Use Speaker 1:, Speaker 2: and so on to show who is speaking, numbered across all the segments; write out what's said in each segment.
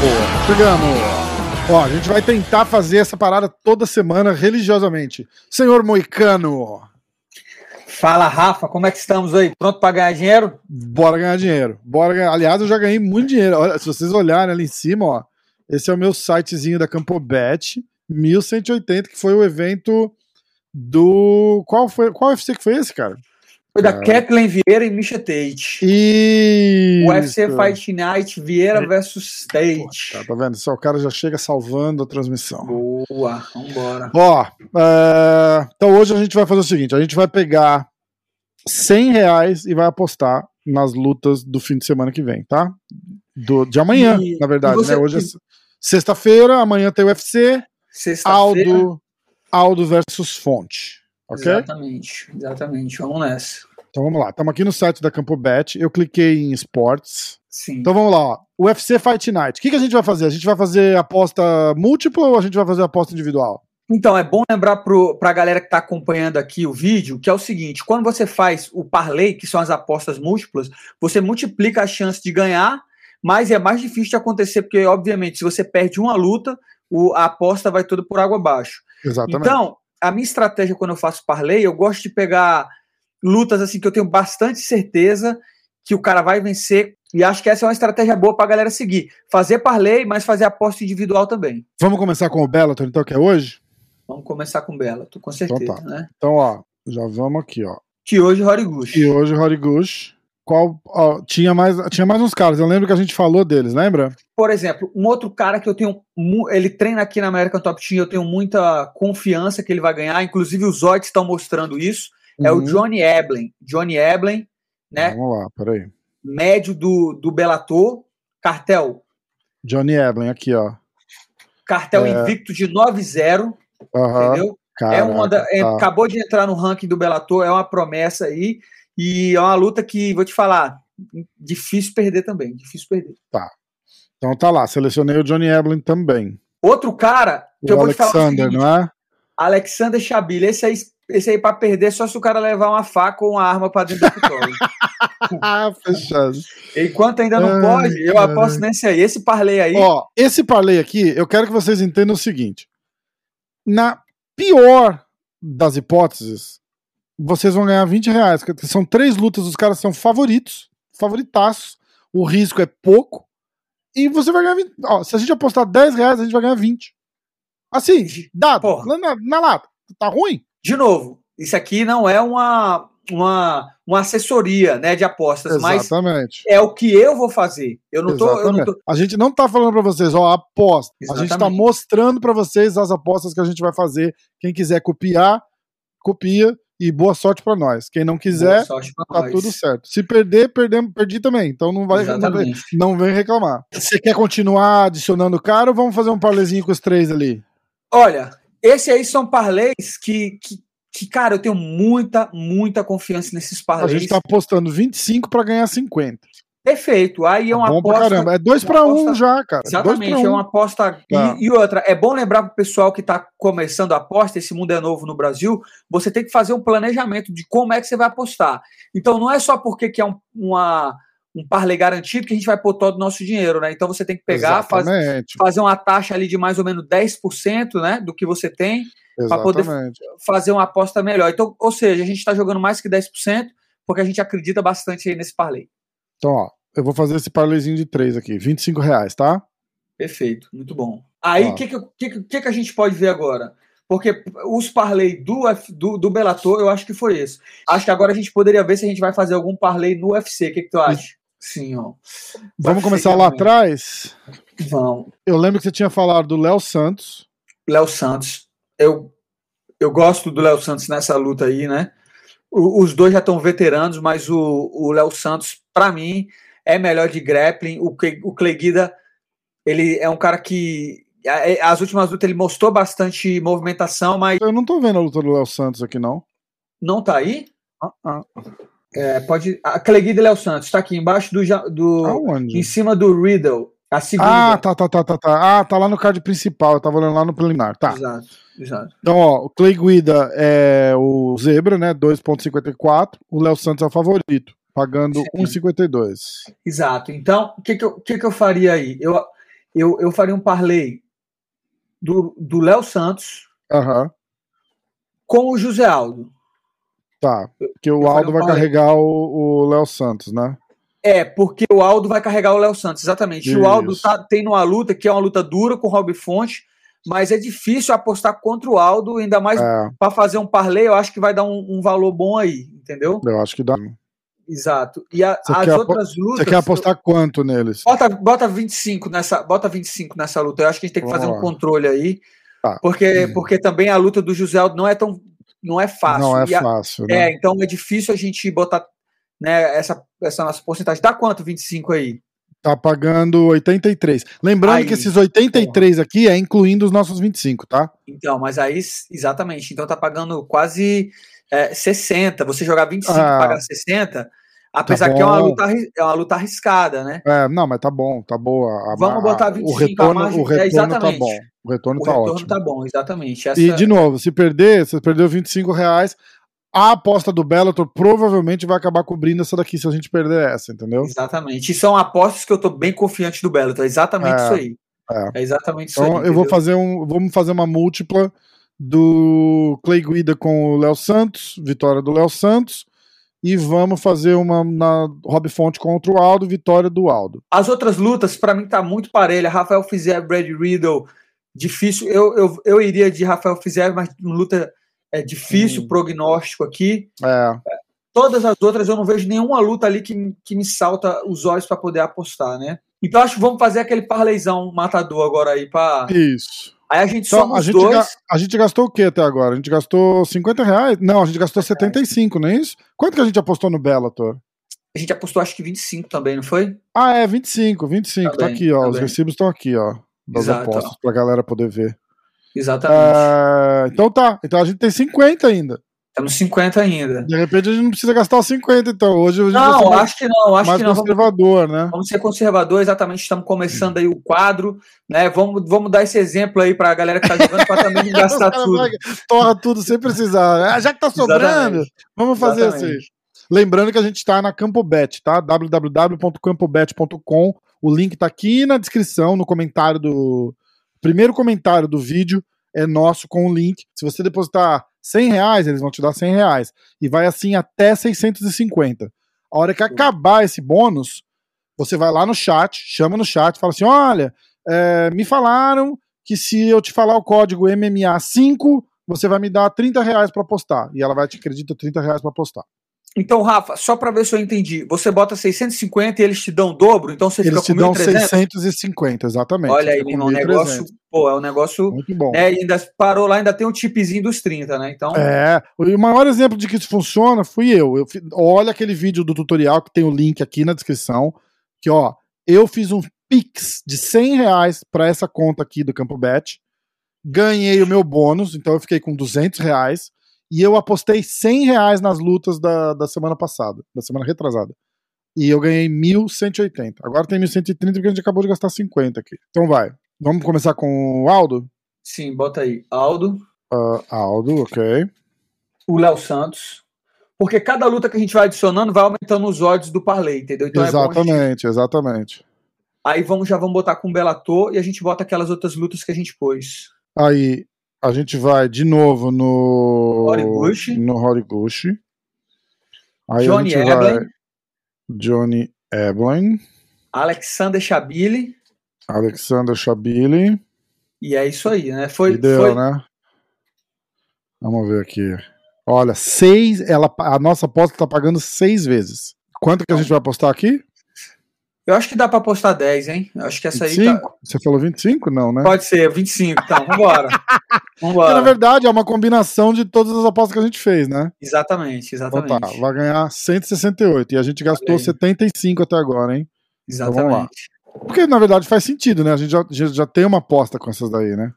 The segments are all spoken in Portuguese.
Speaker 1: Boa, chegamos. Ó, a gente vai tentar fazer essa parada toda semana religiosamente. Senhor Moicano,
Speaker 2: Fala, Rafa, como é que estamos aí? Pronto para ganhar dinheiro?
Speaker 1: bora ganhar dinheiro. Bora ganhar- Aliás, eu já ganhei muito dinheiro. Olha, se vocês olharem ali em cima, ó, esse é o meu sitezinho da Campobet 1180, que foi o evento do qual foi, qual UFC que foi esse, cara?
Speaker 2: Foi da
Speaker 1: Cara.
Speaker 2: Kathleen Vieira e Misha Tate.
Speaker 1: E
Speaker 2: O UFC Fight Night Vieira versus Tate.
Speaker 1: É. Tá vendo? Só o cara já chega salvando a transmissão.
Speaker 2: Boa, vambora.
Speaker 1: Ó, é, então hoje a gente vai fazer o seguinte: a gente vai pegar 100 reais e vai apostar nas lutas do fim de semana que vem, tá? Do, de amanhã,
Speaker 2: E-
Speaker 1: na verdade,
Speaker 2: e você-
Speaker 1: né? Hoje é sexta-feira, amanhã tem UFC,
Speaker 2: Sexta-feira.
Speaker 1: Aldo, Aldo versus Fonte. Ok?
Speaker 2: Exatamente, exatamente. Vamos nessa.
Speaker 1: Então vamos lá. Estamos aqui no site da Campobet. Eu cliquei em esportes.
Speaker 2: Sim.
Speaker 1: Então vamos lá, ó. UFC Fight Night. O que, que a gente vai fazer? A gente vai fazer aposta múltipla ou a gente vai fazer aposta individual?
Speaker 2: Então, é bom lembrar pro, pra galera que tá acompanhando aqui o vídeo, que é o seguinte, quando você faz o parlay, que são as apostas múltiplas, você multiplica a chance de ganhar, mas é mais difícil de acontecer, porque, obviamente, se você perde uma luta, o- a aposta vai toda por água abaixo.
Speaker 1: Exatamente.
Speaker 2: Então, a minha estratégia quando eu faço parlay, eu gosto de pegar lutas assim que eu tenho bastante certeza que o cara vai vencer, e acho que essa é uma estratégia boa pra galera seguir. Fazer parlay, mas fazer aposta individual também.
Speaker 1: Vamos começar com o Bellator, então, que é hoje?
Speaker 2: Vamos começar com Bela, tô com
Speaker 1: Então
Speaker 2: certeza,
Speaker 1: tá.
Speaker 2: né?
Speaker 1: Então, ó, já vamos aqui, ó.
Speaker 2: que hoje Horiguchi.
Speaker 1: E hoje, Horiguchi, qual ó, tinha mais, tinha mais uns caras. Eu lembro que a gente falou deles, lembra?
Speaker 2: Por exemplo, um outro cara que eu tenho. mu- Ele treina aqui na American Top Team, eu tenho muita confiança que ele vai ganhar. Inclusive, os odds estão mostrando isso. É o
Speaker 1: Uhum.
Speaker 2: Johnny Eblen. Johnny Eblen, né?
Speaker 1: Vamos lá, peraí.
Speaker 2: Médio do, do Bellator. Cartel.
Speaker 1: Johnny Eblen aqui, ó.
Speaker 2: Cartel
Speaker 1: É.
Speaker 2: invicto de 9-0,
Speaker 1: Aham.
Speaker 2: entendeu? É
Speaker 1: Caraca,
Speaker 2: uma da- é-
Speaker 1: tá.
Speaker 2: Acabou de entrar no ranking do Bellator, é uma promessa aí. E é uma luta que, vou te falar, difícil perder também. Difícil perder.
Speaker 1: Então tá lá, selecionei o Johnny Eblen também.
Speaker 2: Outro cara que eu
Speaker 1: o
Speaker 2: vou te falar. o
Speaker 1: Alexander,
Speaker 2: seguinte,
Speaker 1: não é?
Speaker 2: Alexander Chabilha, esse aí, esse aí pra perder só se o cara levar uma faca ou uma arma pra dentro do vitória.
Speaker 1: Ah, fechado.
Speaker 2: Enquanto ainda não
Speaker 1: Ai,
Speaker 2: pode, eu
Speaker 1: caraca.
Speaker 2: aposto nesse aí. Esse parlay aí,
Speaker 1: Ó, esse parlay aqui, eu quero que vocês entendam o seguinte. Na pior das hipóteses, vocês vão ganhar 20 reais. que São três lutas, os caras são favoritos, favoritaços. O risco é pouco. E você vai ganhar 20. Ó, se a gente apostar 10 reais, a gente vai ganhar 20. Assim, dado.
Speaker 2: Porra.
Speaker 1: lá Na, na lata. Tá ruim?
Speaker 2: de novo, isso aqui não é uma, uma, uma assessoria né, de apostas, mas
Speaker 1: Exatamente.
Speaker 2: é o que eu vou fazer. Eu não tô. Eu não
Speaker 1: Exatamente.
Speaker 2: tô
Speaker 1: A gente não tá falando pra vocês, ó, aposta. A gente tá
Speaker 2: Exatamente.
Speaker 1: mostrando pra vocês as apostas que a gente vai fazer. Quem quiser copiar, copia e boa sorte pra nós. Quem não quiser,
Speaker 2: Boa sorte pra
Speaker 1: tá
Speaker 2: nós.
Speaker 1: tudo certo. Se perder, perdemos, perdi também. Então não vai não vem-
Speaker 2: Exatamente.
Speaker 1: não vem reclamar. Você quer continuar adicionando o cara ou vamos fazer um parlezinho com os três ali?
Speaker 2: Olha, esse aí são parlays que, que, que, cara, eu tenho muita, muita confiança nesses
Speaker 1: A
Speaker 2: parlays.
Speaker 1: gente tá apostando 25 pra ganhar 50.
Speaker 2: Perfeito. Aí é uma
Speaker 1: Bom pra
Speaker 2: aposta.
Speaker 1: caramba. É dois
Speaker 2: uma
Speaker 1: pra um
Speaker 2: aposta-
Speaker 1: já, cara.
Speaker 2: Exatamente,
Speaker 1: dois
Speaker 2: é
Speaker 1: pra um.
Speaker 2: uma aposta. E-
Speaker 1: Tá.
Speaker 2: E, outra, é bom lembrar para o pessoal que está começando a aposta, esse mundo é novo no Brasil, você tem que fazer um planejamento de como é que você vai apostar. Então não é só porque que é um, uma, um parlay garantido que a gente vai pôr todo o nosso dinheiro, né? Então você tem que pegar, faz-
Speaker 1: Exatamente.
Speaker 2: fazer uma taxa ali de mais ou menos 10% né, do que você tem, pra poder-
Speaker 1: Exatamente.
Speaker 2: fazer uma aposta melhor. Então, ou seja, a gente está jogando mais que 10%, porque a gente acredita bastante aí nesse parlay.
Speaker 1: Então, ó, eu vou fazer esse parlezinho de três aqui, 25 reais, tá?
Speaker 2: Perfeito, muito bom. Aí
Speaker 1: Ó.
Speaker 2: o que, que, que, que- que que a gente pode ver agora? Porque os parlay do, F- do, do Bellator, eu acho que foi esse. Acho que agora a gente poderia ver se a gente vai fazer algum parlay no UFC. O que, que tu acha? Sim, ó.
Speaker 1: Vamos
Speaker 2: Vai
Speaker 1: começar
Speaker 2: ser
Speaker 1: lá
Speaker 2: também.
Speaker 1: atrás.
Speaker 2: Vamos.
Speaker 1: Eu lembro que você tinha falado do Léo Santos.
Speaker 2: Léo Santos. Eu, eu gosto do Léo Santos nessa luta aí, né? O- os dois já estão veteranos, mas o o Léo Santos, pra mim, é melhor de grappling. O, Cle- o Cleguida, ele é um cara que. a- é, As últimas lutas ele mostrou bastante movimentação, mas
Speaker 1: Eu não tô vendo a luta do Léo Santos aqui, não.
Speaker 2: não tá aí.
Speaker 1: Ah, ah.
Speaker 2: É, pode. A Cleguida e Léo Santos tá aqui embaixo do. ja- do
Speaker 1: Aonde?
Speaker 2: em cima do Riddle. A segunda.
Speaker 1: Ah, tá, tá, tá, tá, tá. Ah, tá lá no card principal. Eu tava olhando lá no preliminar. Tá.
Speaker 2: Exato, exato.
Speaker 1: Então, ó, o Clay Guida é o zebra, né? 2,54. O Léo Santos é o favorito, pagando
Speaker 2: Sim.
Speaker 1: 1,52.
Speaker 2: Exato. Então, o que, que, eu, o que, que eu faria aí? Eu, eu, eu faria um parlay do do Léo Santos
Speaker 1: Aham.
Speaker 2: com o José Aldo.
Speaker 1: Tá. Porque o Aldo
Speaker 2: eu falei,
Speaker 1: vai
Speaker 2: eu falei.
Speaker 1: carregar o o Léo Santos, né?
Speaker 2: É, porque o Aldo vai carregar o Léo Santos, exatamente. E O Aldo
Speaker 1: Isso.
Speaker 2: tá, tem uma luta que é uma luta dura com o Rob Fonte, mas é difícil apostar contra o Aldo, ainda mais pra
Speaker 1: É,
Speaker 2: para fazer um parlay, eu acho que vai dar um, um valor bom aí, entendeu?
Speaker 1: eu acho que dá.
Speaker 2: Exato. E a-
Speaker 1: Você
Speaker 2: as
Speaker 1: quer apo-
Speaker 2: outras lutas.
Speaker 1: Você quer apostar quanto neles?
Speaker 2: Bota, bota 25 nessa, bota 25 nessa luta. Eu acho que a gente tem que
Speaker 1: Vamos
Speaker 2: fazer
Speaker 1: lá.
Speaker 2: um controle aí,
Speaker 1: Tá.
Speaker 2: porque porque também a luta do José Aldo não é tão não é fácil.
Speaker 1: Não é
Speaker 2: E a-
Speaker 1: fácil, né?
Speaker 2: é, então é difícil a gente botar né, essa essa nossa porcentagem. Dá quanto 25 aí?
Speaker 1: Tá pagando 83. Lembrando
Speaker 2: Aí.
Speaker 1: que esses 83 aqui é incluindo os nossos 25, tá?
Speaker 2: Então, mas aí s- exatamente. Então tá pagando quase é, 60. Você jogar 25
Speaker 1: Ah. Tá
Speaker 2: e pagar 60, apesar que é uma
Speaker 1: bom.
Speaker 2: luta arri- é uma luta arriscada, né?
Speaker 1: É, não, mas tá bom, tá boa. A,
Speaker 2: Vamos
Speaker 1: a-
Speaker 2: botar
Speaker 1: O
Speaker 2: 25,
Speaker 1: retorno,
Speaker 2: a
Speaker 1: o
Speaker 2: margem- é,
Speaker 1: retorno tá
Speaker 2: exatamente.
Speaker 1: bom. O retorno
Speaker 2: O
Speaker 1: tá
Speaker 2: retorno
Speaker 1: ótimo.
Speaker 2: tá bom, exatamente. Essa,
Speaker 1: E, de novo, se perder, se perdeu 25 reais, a aposta do Bellator provavelmente vai acabar cobrindo essa daqui se a gente perder essa, entendeu?
Speaker 2: Exatamente. E são apostas que eu tô bem confiante do Bellator. É exatamente
Speaker 1: É,
Speaker 2: isso aí.
Speaker 1: é.
Speaker 2: É, exatamente isso aí.
Speaker 1: Então eu vou
Speaker 2: entendeu?
Speaker 1: fazer um. Vamos fazer uma múltipla do Clay Guida com o Léo Santos, vitória do Léo Santos. E vamos fazer uma na Rob Fonte contra o Aldo, vitória do Aldo.
Speaker 2: As outras lutas, pra mim, tá muito parelha. Rafael Fizer, Brad Riddle, difícil. Eu, eu, eu iria de Rafael Fizer, mas uma luta é difícil,
Speaker 1: Hum.
Speaker 2: prognóstico aqui.
Speaker 1: É,
Speaker 2: Todas as outras eu não vejo nenhuma luta ali que, me- que me salta os olhos pra poder apostar, né? Então acho que vamos fazer aquele parleizão matador agora aí para
Speaker 1: isso.
Speaker 2: Aí a gente
Speaker 1: Então,
Speaker 2: soma
Speaker 1: a
Speaker 2: os
Speaker 1: gente,
Speaker 2: dois.
Speaker 1: ga- a gente gastou o que até agora? A gente gastou 50 reais? Não, a gente gastou 75, não é isso? Quanto que a gente apostou no Bellator?
Speaker 2: A gente apostou acho que 25 também, não foi?
Speaker 1: Ah, é 25, 25. Tá,
Speaker 2: Tá bem,
Speaker 1: aqui, ó.
Speaker 2: tá
Speaker 1: os
Speaker 2: bem.
Speaker 1: recibos estão aqui, ó. Das
Speaker 2: Exato, Tá
Speaker 1: apostas, pra galera poder ver.
Speaker 2: Exatamente.
Speaker 1: É, então tá. Então a gente tem 50 ainda.
Speaker 2: Estamos 50 ainda.
Speaker 1: De repente a gente não precisa gastar os 50, então. Hoje a gente vai ser
Speaker 2: Não,
Speaker 1: mais,
Speaker 2: acho que não, acho
Speaker 1: mais
Speaker 2: que não. Vamos,
Speaker 1: conservador, né?
Speaker 2: vamos ser conservador, exatamente. Estamos começando aí o quadro, né? Vamos, vamos dar esse exemplo aí para a galera que tá jogando para também não
Speaker 1: Os
Speaker 2: gastar
Speaker 1: caras
Speaker 2: tudo.
Speaker 1: vai- torra tudo sem precisar. Ah, já que tá sobrando,
Speaker 2: Exatamente.
Speaker 1: vamos fazer
Speaker 2: Exatamente.
Speaker 1: assim. Lembrando que a gente tá na Campobet, tá? www.campobet.com. O link tá aqui na descrição, no comentário do. Primeiro comentário do vídeo é nosso com o link. Se você depositar 100 reais, eles vão te dar 100 reais. E vai assim até 650. A hora que acabar esse bônus, você vai lá no chat, chama no chat, fala assim: olha, é, me falaram que se eu te falar o código MMA5, você vai me dar 30 reais pra postar. E ela vai te acredita 30 reais pra postar.
Speaker 2: Então, Rafa, só para ver se eu entendi. Você bota 650 e eles te dão o dobro, então você
Speaker 1: Eles
Speaker 2: fica
Speaker 1: te
Speaker 2: com
Speaker 1: dão
Speaker 2: 1.300.
Speaker 1: 650, exatamente.
Speaker 2: Olha
Speaker 1: Você
Speaker 2: aí,
Speaker 1: fica
Speaker 2: meu
Speaker 1: com
Speaker 2: irmão,
Speaker 1: 1.300.
Speaker 2: negócio, pô, é um negócio,
Speaker 1: Muito bom.
Speaker 2: né? Ainda parou lá, ainda tem um tipzinho dos 30, né? Então,
Speaker 1: É, o maior exemplo de que isso funciona fui eu. eu fi- olha aquele vídeo do tutorial que tem o link aqui na descrição. Que ó, eu fiz um Pix de 100 reais pra essa conta aqui do Campo Bet. Ganhei o meu bônus, então eu fiquei com 200 reais. E eu apostei 100 reais nas lutas da, da semana passada, da semana retrasada. E eu ganhei 1.180. Agora tem 1.130 porque a gente acabou de gastar 50 aqui. Então vai. Vamos começar com o Aldo?
Speaker 2: sim, bota aí. Aldo.
Speaker 1: Ah, Aldo, ok.
Speaker 2: o Léo Santos. Porque cada luta que a gente vai adicionando vai aumentando os odds do parlay, entendeu? Então é bom a gente-
Speaker 1: exatamente, exatamente.
Speaker 2: Aí vamos, já vamos botar com o Bellator e a gente bota aquelas outras lutas que a gente pôs.
Speaker 1: Aí a gente vai de novo no
Speaker 2: Horiguchi.
Speaker 1: no Horiguchi. Aí
Speaker 2: Johnny
Speaker 1: a gente vai
Speaker 2: Eblin.
Speaker 1: Johnny Eblin,
Speaker 2: Alexander Chabili.
Speaker 1: Alexander Chabili.
Speaker 2: E é isso aí, né? Foi,
Speaker 1: E deu,
Speaker 2: foi
Speaker 1: né? Vamos ver aqui. Olha, seis, ela, a nossa aposta tá pagando seis vezes. Quanto que a gente vai apostar aqui?
Speaker 2: Eu acho que dá pra apostar 10, hein? Eu acho que essa aí tá...
Speaker 1: 25? Você falou 25? Não, né?
Speaker 2: pode ser 25, então. Vambora.
Speaker 1: Porque, na
Speaker 2: Vambora.
Speaker 1: verdade, é uma combinação de todas as apostas que a gente fez, né?
Speaker 2: Exatamente,
Speaker 1: Então tá,
Speaker 2: exatamente.
Speaker 1: vai ganhar 168 e a gente gastou
Speaker 2: aí.
Speaker 1: 75 até agora, hein?
Speaker 2: Exatamente.
Speaker 1: vamos lá. Porque, na verdade, faz sentido, né? A gente já, já, já tem uma aposta com essas daí, né?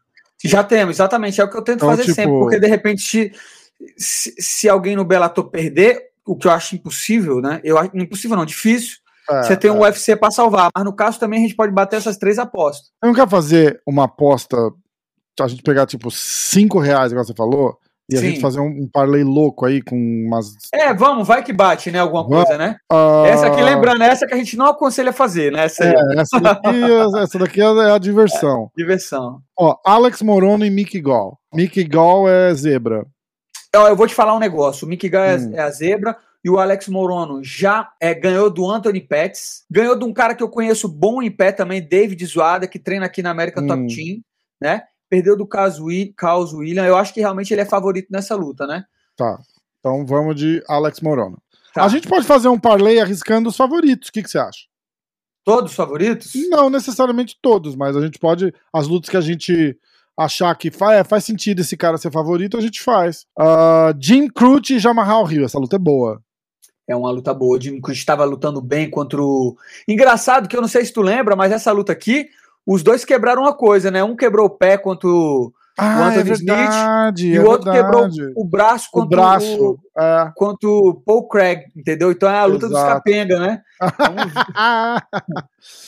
Speaker 2: Já temos, exatamente. É o que eu tento
Speaker 1: Então,
Speaker 2: fazer
Speaker 1: tipo-
Speaker 2: sempre, porque de repente, se, se, se alguém no Bellator perder, o que eu acho impossível, né? Eu acho impossível, não, difícil. É, você tem um UFC para salvar. Mas no caso também a gente pode bater essas três apostas.
Speaker 1: Eu não quero fazer uma aposta, a gente pegar tipo 5 reais, igual você falou, e Sim. a gente fazer um, um parlay louco aí com umas. ah,
Speaker 2: É, vamos, vai que bate, né? Alguma vamos, coisa, né? Uh... Essa aqui, lembrando, essa que a gente não aconselha fazer, né? Essa,
Speaker 1: é, essa, daqui, essa daqui é a diversão.
Speaker 2: É, diversão.
Speaker 1: Ó, Alex Morono e Mickey Gall. Mickey Gall é zebra.
Speaker 2: Eu, eu vou te falar um negócio. O Mickey Gall hum. é, é a zebra e o Alex Morono já é, ganhou do Anthony Pettis, ganhou de um cara que eu conheço bom em pé também, David Zoada, que treina aqui na American hum. Top Team, né? Perdeu do Carlos William. Eu acho que realmente ele é favorito nessa luta, né?
Speaker 1: Tá. Então vamos de Alex Morono. Tá. A gente pode fazer um parlay arriscando os favoritos. O que, que você acha?
Speaker 2: Todos os favoritos?
Speaker 1: Não necessariamente todos, mas a gente pode. As lutas que a gente achar que faz, é, faz sentido esse cara ser favorito, a gente faz. Uh, Jim Crute e Jamarral Rio. Essa luta é boa
Speaker 2: é uma luta boa. O Jimmy Cruz estava lutando bem contra o. Engraçado que eu não sei se tu lembra, mas essa luta aqui, os dois quebraram uma coisa, né? Um quebrou o pé contra o,
Speaker 1: ah,
Speaker 2: o Anthony é
Speaker 1: verdade,
Speaker 2: Smith é e o outro verdade. quebrou o braço
Speaker 1: contra o, braço,
Speaker 2: o... É. contra o Paul Craig, entendeu? Então é a luta Exato. dos capenga, né? Vamos ver.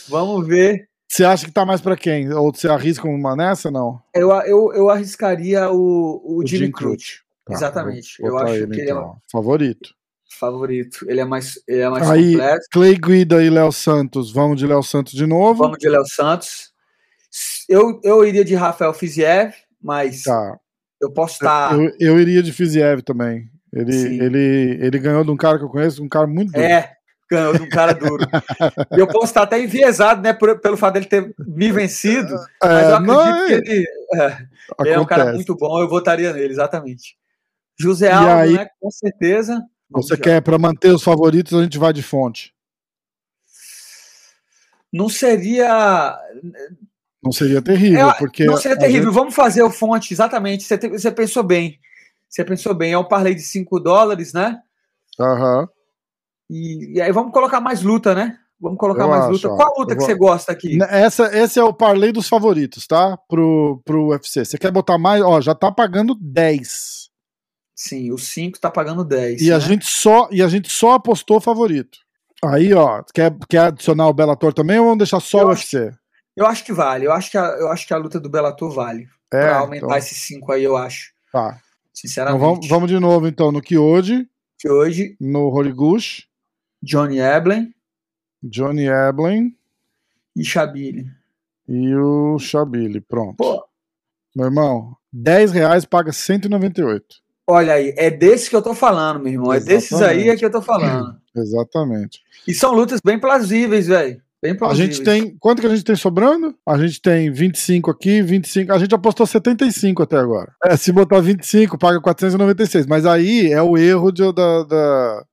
Speaker 2: Vamos ver.
Speaker 1: Você acha que tá mais para quem? Ou você arrisca uma nessa, não?
Speaker 2: Eu, eu, eu arriscaria o, o, o Jimmy Cruz. Tá, Exatamente. Eu acho ele, que ele então.
Speaker 1: é favorito
Speaker 2: favorito. Ele é mais, ele é mais
Speaker 1: Aí, completo. Clay Guida e Léo Santos. Vamos de Léo Santos de novo.
Speaker 2: Vamos de Léo Santos. Eu, eu iria de Rafael Fiziev, mas tá. eu posso estar.
Speaker 1: Eu, eu, eu, iria de Fiziev também. Ele, Sim. ele, ele ganhou de um cara que eu conheço, um cara muito duro.
Speaker 2: É, ganhou de um cara duro. eu posso estar até enviesado, né, por, pelo fato dele ter me vencido. É, mas eu acredito não, que ele, é, ele é um cara muito bom, eu votaria nele, exatamente. José Aldo, aí... né, com certeza.
Speaker 1: Você quer para manter os favoritos, a gente vai de fonte.
Speaker 2: Não seria.
Speaker 1: Não seria terrível, é, porque.
Speaker 2: Não seria terrível. Gente... Vamos fazer o fonte, exatamente. Você, te... você, pensou bem. Você pensou bem. É um parlay de 5 dólares, né?
Speaker 1: Aham. Uhum.
Speaker 2: E... e, aí vamos colocar mais luta, né? Vamos colocar Eu mais acho, luta. Ó. Qual luta Eu que vou... Né você gosta aqui?
Speaker 1: Essa, esse é o parlay dos favoritos, tá? Pro, pro UFC. Você quer botar mais? Ó, já tá pagando 10.
Speaker 2: Sim, o 5 tá pagando 10.
Speaker 1: E, né? a gente só, e a gente só apostou favorito. Aí, ó, quer, quer adicionar o Bellator também ou vamos deixar só
Speaker 2: eu
Speaker 1: o UFC?
Speaker 2: Acho, eu acho que vale. Eu acho que a, eu acho que a luta do Bellator vale. É, pra aumentar então... esses 5 aí, eu acho.
Speaker 1: Tá.
Speaker 2: Sinceramente.
Speaker 1: Então, vamos, vamos de novo, então, no Kyoji.
Speaker 2: Kyoji.
Speaker 1: No Horiguchi.
Speaker 2: Johnny Eblen.
Speaker 1: Johnny Eblen.
Speaker 2: E Chabili.
Speaker 1: E o Chabili, pronto. Pô. Meu irmão, 10 reais paga 198.
Speaker 2: Olha aí, é desse que eu tô falando, meu irmão. Exatamente. É desses aí é que eu tô falando.
Speaker 1: Exatamente.
Speaker 2: E são lutas bem plausíveis, velho. Bem plausíveis.
Speaker 1: A gente tem. Quanto que a gente tem sobrando? A gente tem 25 aqui, 25. A gente apostou 75 até agora. É, se botar 25, paga 496. Mas aí é o erro de, da, da.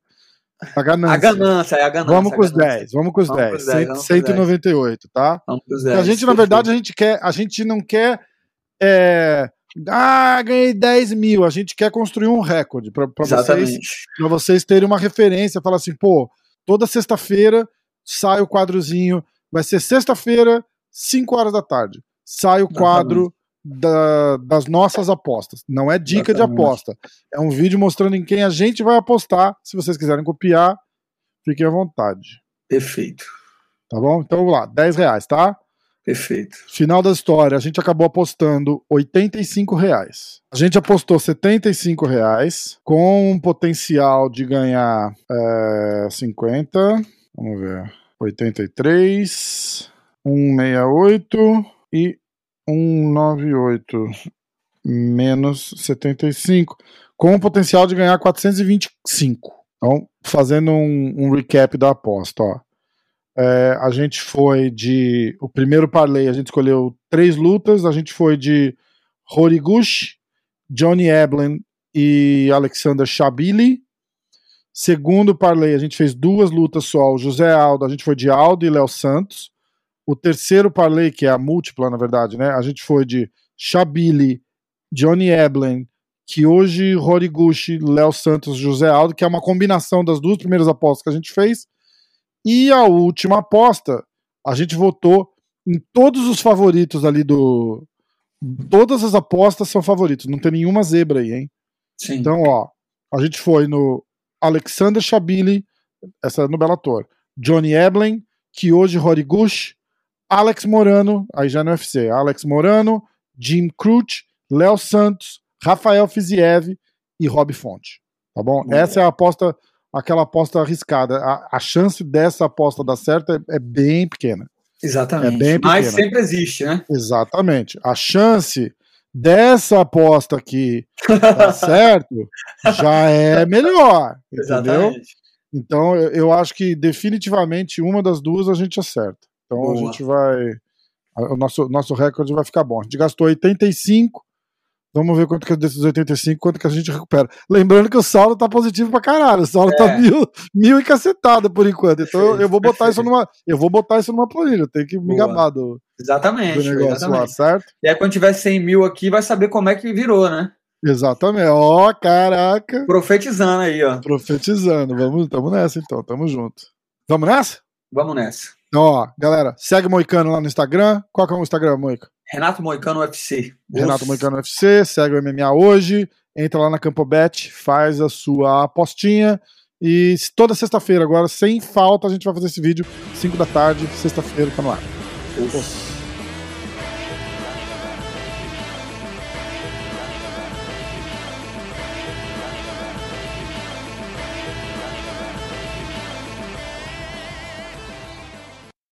Speaker 1: A ganância.
Speaker 2: A ganância, é a ganância.
Speaker 1: né? Vamos com os
Speaker 2: ganância.
Speaker 1: 10, vamos com os vamos 10. 10 198, tá?
Speaker 2: Vamos com os 10.
Speaker 1: E a gente, na verdade, a gente quer. A gente não quer. É, ah, ganhei 10 mil. A gente quer construir um recorde para vocês, pra vocês terem uma referência. Falar assim, pô, toda sexta-feira sai o quadrozinho. Vai ser sexta-feira, 5 horas da tarde. Sai o quadro da, das nossas apostas. Não é dica Exatamente. de aposta. É um vídeo mostrando em quem a gente vai apostar. Se vocês quiserem copiar, fiquem à vontade.
Speaker 2: Perfeito.
Speaker 1: Tá bom? Então vamos lá, 10 reais, tá?
Speaker 2: Perfeito.
Speaker 1: Final da história, a gente acabou apostando 85 reais. A gente apostou 75 reais com um potencial de ganhar é, 50, vamos ver, 83, 168 e 198 menos 75, com um potencial de ganhar 425. Então, fazendo um, um recap da aposta, ó. É, a gente foi de. O primeiro parlay, a gente escolheu três lutas. A gente foi de Horiguchi, Johnny Eblen e Alexander Shabili. Segundo parlay, a gente fez duas lutas só. O José Aldo, a gente foi de Aldo e Léo Santos. O terceiro parlay, que é a múltipla, na verdade, né? A gente foi de Shabili, Johnny Eblen, que hoje Horiguchi, Léo Santos, José Aldo, que é uma combinação das duas primeiras apostas que a gente fez. E a última aposta, a gente votou em todos os favoritos ali do. Todas as apostas são favoritos, não tem nenhuma zebra aí, hein?
Speaker 2: Sim.
Speaker 1: Então, ó, a gente foi no Alexander Chabili, essa é no Bellator, Johnny Eblen, Kyoji Horiguchi, Alex Morano, aí já no UFC, Alex Morano, Jim Crute, Léo Santos, Rafael Fiziev e Rob Fonte. Tá bom? Muito Essa bom. é a aposta, aquela aposta arriscada. A, a, chance dessa aposta dar certo é, é bem pequena.
Speaker 2: Exatamente. É bem pequena. Mas sempre existe, né?
Speaker 1: Exatamente. A chance dessa aposta aqui dar certo já é melhor. Entendeu? Exatamente. Então, eu acho que definitivamente uma das duas a gente acerta. Então, Boa. a gente vai. O nosso, nosso recorde vai ficar bom. A gente gastou 85. Vamos ver quanto que é desses 85, quanto que a gente recupera. Lembrando que o Saulo tá positivo pra caralho. O Saulo é. tá mil, mil e cacetada por enquanto. Então perfeito, eu vou botar perfeito. isso numa. Eu vou botar isso numa planilha. Tem que me Boa. gabar do.
Speaker 2: Exatamente.
Speaker 1: Do negócio exatamente. lá, certo?
Speaker 2: E aí, quando tiver 100 mil aqui, vai saber como é que virou, né?
Speaker 1: Exatamente. Ó, oh, caraca.
Speaker 2: Profetizando aí, ó.
Speaker 1: Profetizando. Vamos, tamo nessa então. Tamo junto. Vamos nessa? Então,
Speaker 2: Vamos nessa.
Speaker 1: Ó, galera, segue Moicano lá no Instagram. Qual que é o Instagram, Moica?
Speaker 2: Renato Moicano UFC.
Speaker 1: Renato Moicano UFC, segue o MMA hoje, entra lá na Campobet, faz a sua apostinha. E toda sexta-feira, agora, sem falta, a gente vai fazer esse vídeo, 5 da tarde, sexta-feira, tá no ar.